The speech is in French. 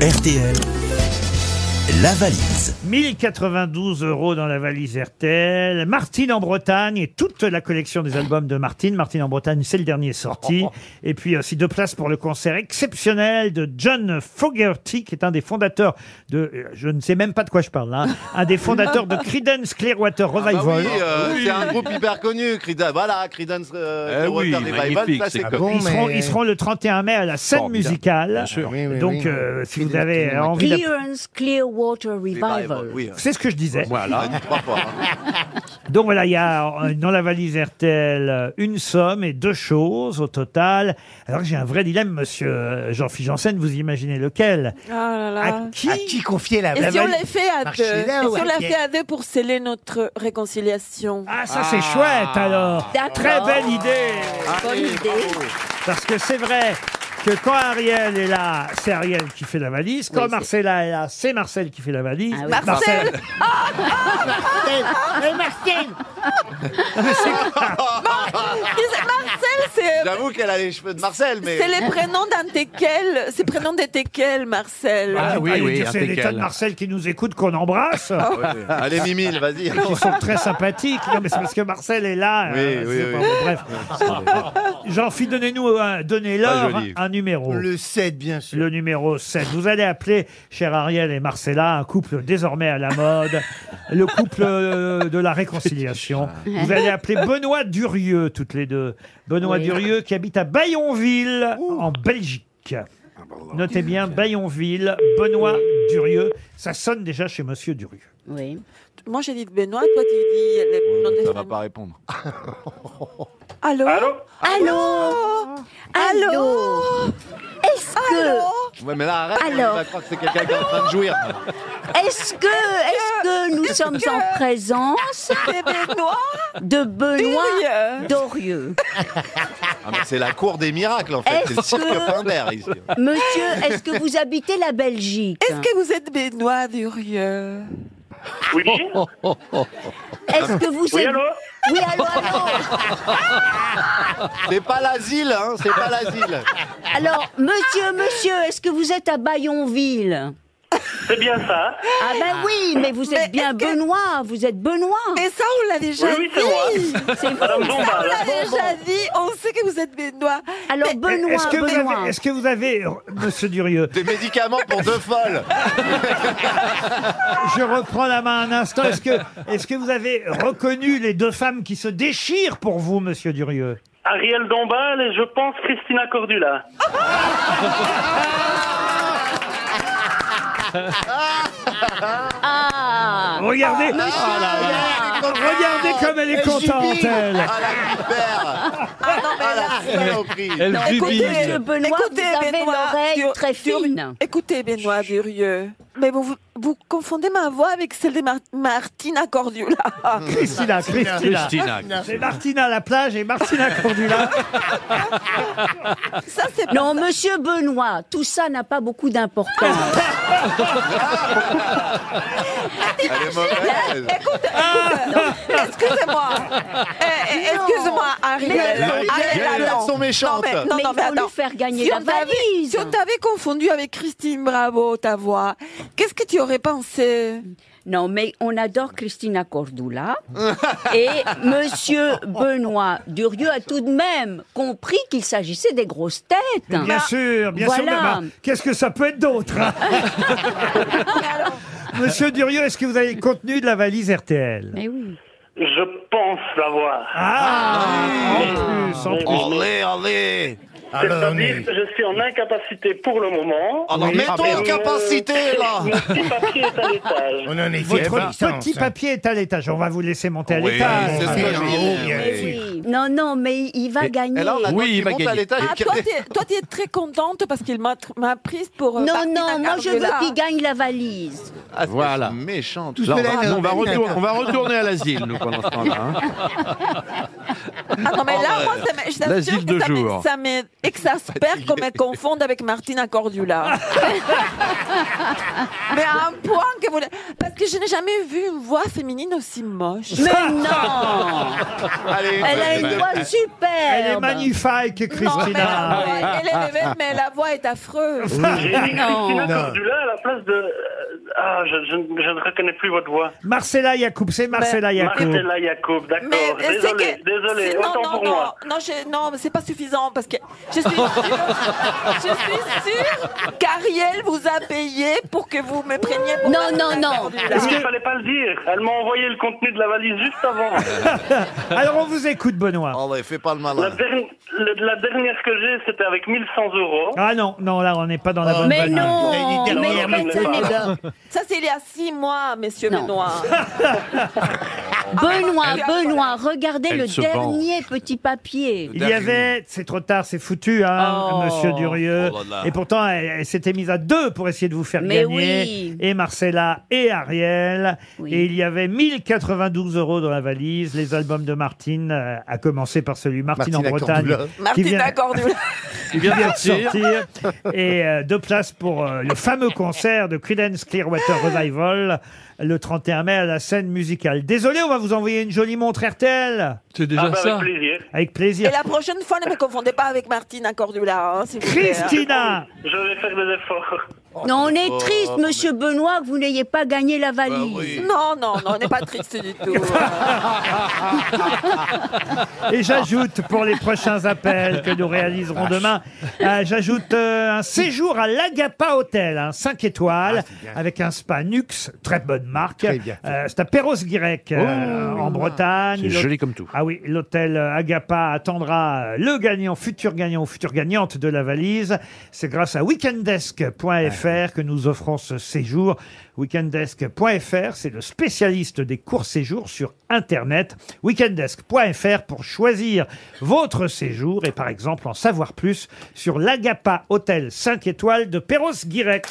RTL, la valise. 1092 euros dans la valise RTL. Martine en Bretagne et toute la collection des albums de Martine. Martine en Bretagne, c'est le dernier sorti. Et puis aussi deux places pour le concert exceptionnel de John Fogerty, qui est un des fondateurs de, euh, je ne sais même pas de quoi je parle, hein, un des fondateurs de Creedence Clearwater Bah Revival. oui, euh, c'est un groupe hyper connu, Creedence. Voilà, Creedence euh, Eh oui, Clearwater Revival, magnifique, ça c'est c'est comme- connu. ils, seront, ils seront le 31 mai à la scène Formidable, musicale. bien sûr. Oui, oui, Donc, oui. euh, si vous avez envie d'app- Clearance Clearwater Revival. Oui, euh, C'est ce que je disais. on Voilà. l'a dit trois fois. hein. Donc voilà, il y a euh, dans la valise RTL euh, une somme et deux choses au total. Alors j'ai un vrai dilemme, monsieur euh, Jean-Philippe Janssen, vous imaginez lequel Oh là là. À qui Eh ben, À qui confier la Et Eh la si on ben, valise l'a fait à deux Marcella Et si ou on euh, l'a Pierre fait à deux pour sceller notre réconciliation Ah ça c'est chouette alors D'accord. Très belle idée Bonne Allez, idée. bravo. Parce que c'est vrai que quand Ariel est là, c'est Ariel qui fait la valise. Quand Oui, c'est- Marcella est là, c'est Marcel qui fait la valise. Ah oui. Marcel Et c'est Marcel, c'est... euh, J'avoue qu'elle a les cheveux de Marcel, mais C'est les prénoms d'un teckel, c'est prénom des teckels, Marcel. Ah oui, allez oui, dire, c'est impeccable. les tas de Marcel qui nous écoute, qu'on embrasse. Ah allez Mimile, vas-y. qui sont très sympathiques. Non, mais c'est parce que Marcel est là. euh, Oui, oui, c'est oui. pas- bon, bref. Jean-Philippe, donnez-nous, un- Pas donnez-leur joli. un numéro. Le... Le 7, bien sûr. numéro 7. Vous allez appeler, cher Ariel et Marcella, un couple désormais à la mode, le couple euh, de la réconciliation. Vous allez appeler Benoît Durieux, toutes les deux. Benoît Oui. Durieux qui habite à Bayonville, en Belgique. Ah, bah Notez bien, Bayonville, Benoît Durieux. Ça sonne déjà chez Monsieur Durieux. Oui. Moi j'ai dit Benoît, toi tu dis les noms des Ça va femmes. pas répondre. Allô Allô Allô Allô Est-ce que, Ouais, mais là, arrête, Alors. on va croire que c'est quelqu'un qui est en train de jouir. est-ce que, est-ce que nous sommes en présence C'est Benoît de Benoît Durieux. Dorieux Ah, mais c'est la cour des miracles, en fait. C'est le Est-ce cirque que- Pimbert, ici. Monsieur, est-ce que vous habitez la Belgique Est-ce que vous êtes Benoît Durieux Est-ce que vous êtes... Oui, allô, allô C'est pas l'asile, hein, c'est pas l'asile. Alors, monsieur, monsieur, est-ce que vous êtes à Bayonville C'est bien ça. hein Ah ben oui, mais vous Mais êtes bien est-ce que- Benoît, vous êtes Benoît Mais ça on l'a déjà Oui, oui, c'est moi. dit Madame On Dombal. l'a déjà dit, on sait que vous êtes Benoît. Alors Benoît, Est-ce que, vous Benoît. avez, est-ce que vous avez, r- monsieur Durieux, Des médicaments pour deux folles. Ah, je reprends la main un instant, est-ce que, est-ce que vous avez reconnu les deux femmes qui se déchirent pour vous, monsieur Durieux Ariel Dombal et je pense Christina Cordula. Ah Regardez, Oh regardez comme elle est contente, jubile. elle Ah, la super. Ah non mais Ah, là, la saloperie. Elle Non, jubile. écoutez, Monsieur Benoît, écoutez, vous avez Benoît, l'oreille Dur- très Dur- fine. Écoutez, Benoît Durieux, mais vous, vous confondez ma voix avec celle de Mar- Martina Cordula. Christina, Christina. Christina. C'est Martina à la plage et Martina Cordula. Ça, c'est pas- Non, monsieur Benoît, tout ça n'a pas beaucoup d'importance. Elle est mauvaise. Excusez-moi. Eh, eh, Excusez-moi, Ariel. Ariel, Elles attends. sont méchantes. Non, mais, non, mais non, il mais faut lui attends. faire gagner Si la on t'avait- valise. Si on t'avait confondu avec Christine Bravo, ta voix, qu'est-ce que tu aurais pensé Non, mais on adore Christina Cordula. Et monsieur Benoît Durieux a tout de même compris qu'il s'agissait des grosses têtes. Bien sûr, bien sûr. Bah, Voilà. mais bah, Qu'est-ce que ça peut être d'autre hein Monsieur Durieux, est-ce que vous avez le contenu de la valise RTL Mais oui. Je pense l'avoir. Ah, en plus, en Mais- plus. Allez, allez. Ah, C'est-à-dire que je suis en incapacité pour le moment. Alors, Oui. mettons Mais, en capacité, euh, là. Mon petit papier est à l'étage. On en est fiers, Votre Vincent, Eh ben, petit ça. papier est à l'étage. On va vous laisser monter à Ah, Oui, l'étage. c'est ce que je dis. Mais oui. Non, non, mais il va gagner. Et là, on attend Oui, qu'il il va monte à gagner. l'étage. Ah, Et- toi, t'es- toi, tu es très contente parce qu'il m'a tr- m'a prise pour. euh, Non, Martina non, moi je veux Cordula. qu'il gagne la valise. Ah, c'est Voilà. Méchant. Là, on, va, cela, on, va non, retourner, on va retourner à l'asile, nous, pendant ce temps-là. hein. Ah non, mais là, moi, ça me- je t'assure L'asile que de ça me- jour. ça m'exaspère qu'on me confonde avec Martina Cordula. mais à un point que vous... Parce que je n'ai jamais vu une voix féminine aussi moche. Mais non Allez, Elle a une voix Elle est superbe magnifique, Non, mais, la Christina. voix, elle est belle, mais la voix est affreuse. J'ai dit Non. Christina Non. Cordula à la place de... euh, Ah, je, je ne- je ne reconnais plus votre voix. Marcella Yacoub, c'est Marcella Yacoub. Marcella Yacoub, d'accord. euh, c'est Désolé, que- désolé, c'est- non, autant non, pour non, moi. Non, je- non, mais c'est pas suffisant parce que je suis sûre, je suis sûre qu'Ariel vous a payé pour que vous me preniez pour Non, non, non. Mais Il ne fallait pas le dire. Elle m'a envoyé le contenu de la valise juste avant. Alors on vous écoute, Benoît. Oh, ouais, fais pas le La, malin. derni- le- la dernière que j'ai, c'était avec 1100 euros. Ah non, non, là on n'est pas dans la bonne Mais valise. non Il a dit Mais dernièrement, ça n'est pas... Ça, c'est il y a six mois, messieurs Non. Benoît. Benoît, Elle- Benoît, regardez Elle le se dernier petit papier. Il y avait, c'est trop tard, c'est foutu, hein, Oh. monsieur Durieux. Oh là là. Et pourtant, elle, elle s'était mise à deux pour essayer de vous faire Mais gagner. oui. Et Marcella et Ariel. Oui. Et il y avait 1092 euros dans la valise, les albums de Martine, euh, à commencer par celui Martine, Martine en Bretagne. Accordula. qui vient- Martina Cordula. Il vient vient de sortir. Et euh, deux places pour euh, le fameux concert de Creedence Clearwater Revival le 31 mai à la scène musicale. Désolé, on va vous envoyer une jolie montre RTL. C'est Ah déjà bah, ça. avec plaisir. Avec Et plaisir. la prochaine fois, ne me confondez pas avec Martina Cordula. Hein, s'il vous plaît, hein. Christina Je vais faire des efforts. Non, on est triste, monsieur Benoît, que vous n'ayez pas gagné la valise. Oh, Bah oui. Non, non, non, on n'est pas triste du tout. Et j'ajoute pour les prochains appels que nous réaliserons demain, euh, j'ajoute euh, un séjour à l'Agapa Hotel, un 5 étoiles, avec un spa Nux, très bonne marque. bien. Euh, C'est à Perros-Guirec, euh, en Bretagne. L'hôtel- comme tout. Ah oui, l'hôtel euh, Agapa attendra euh, le gagnant, futur gagnant ou future gagnante de la valise. C'est grâce à weekendesk.fr que nous offrons ce séjour. Weekendesk.fr, c'est le spécialiste des courts séjours sur Internet. Weekendesk.fr pour choisir votre séjour et par exemple en savoir plus sur l'Agapa Hôtel 5 étoiles de Perros-Guirec.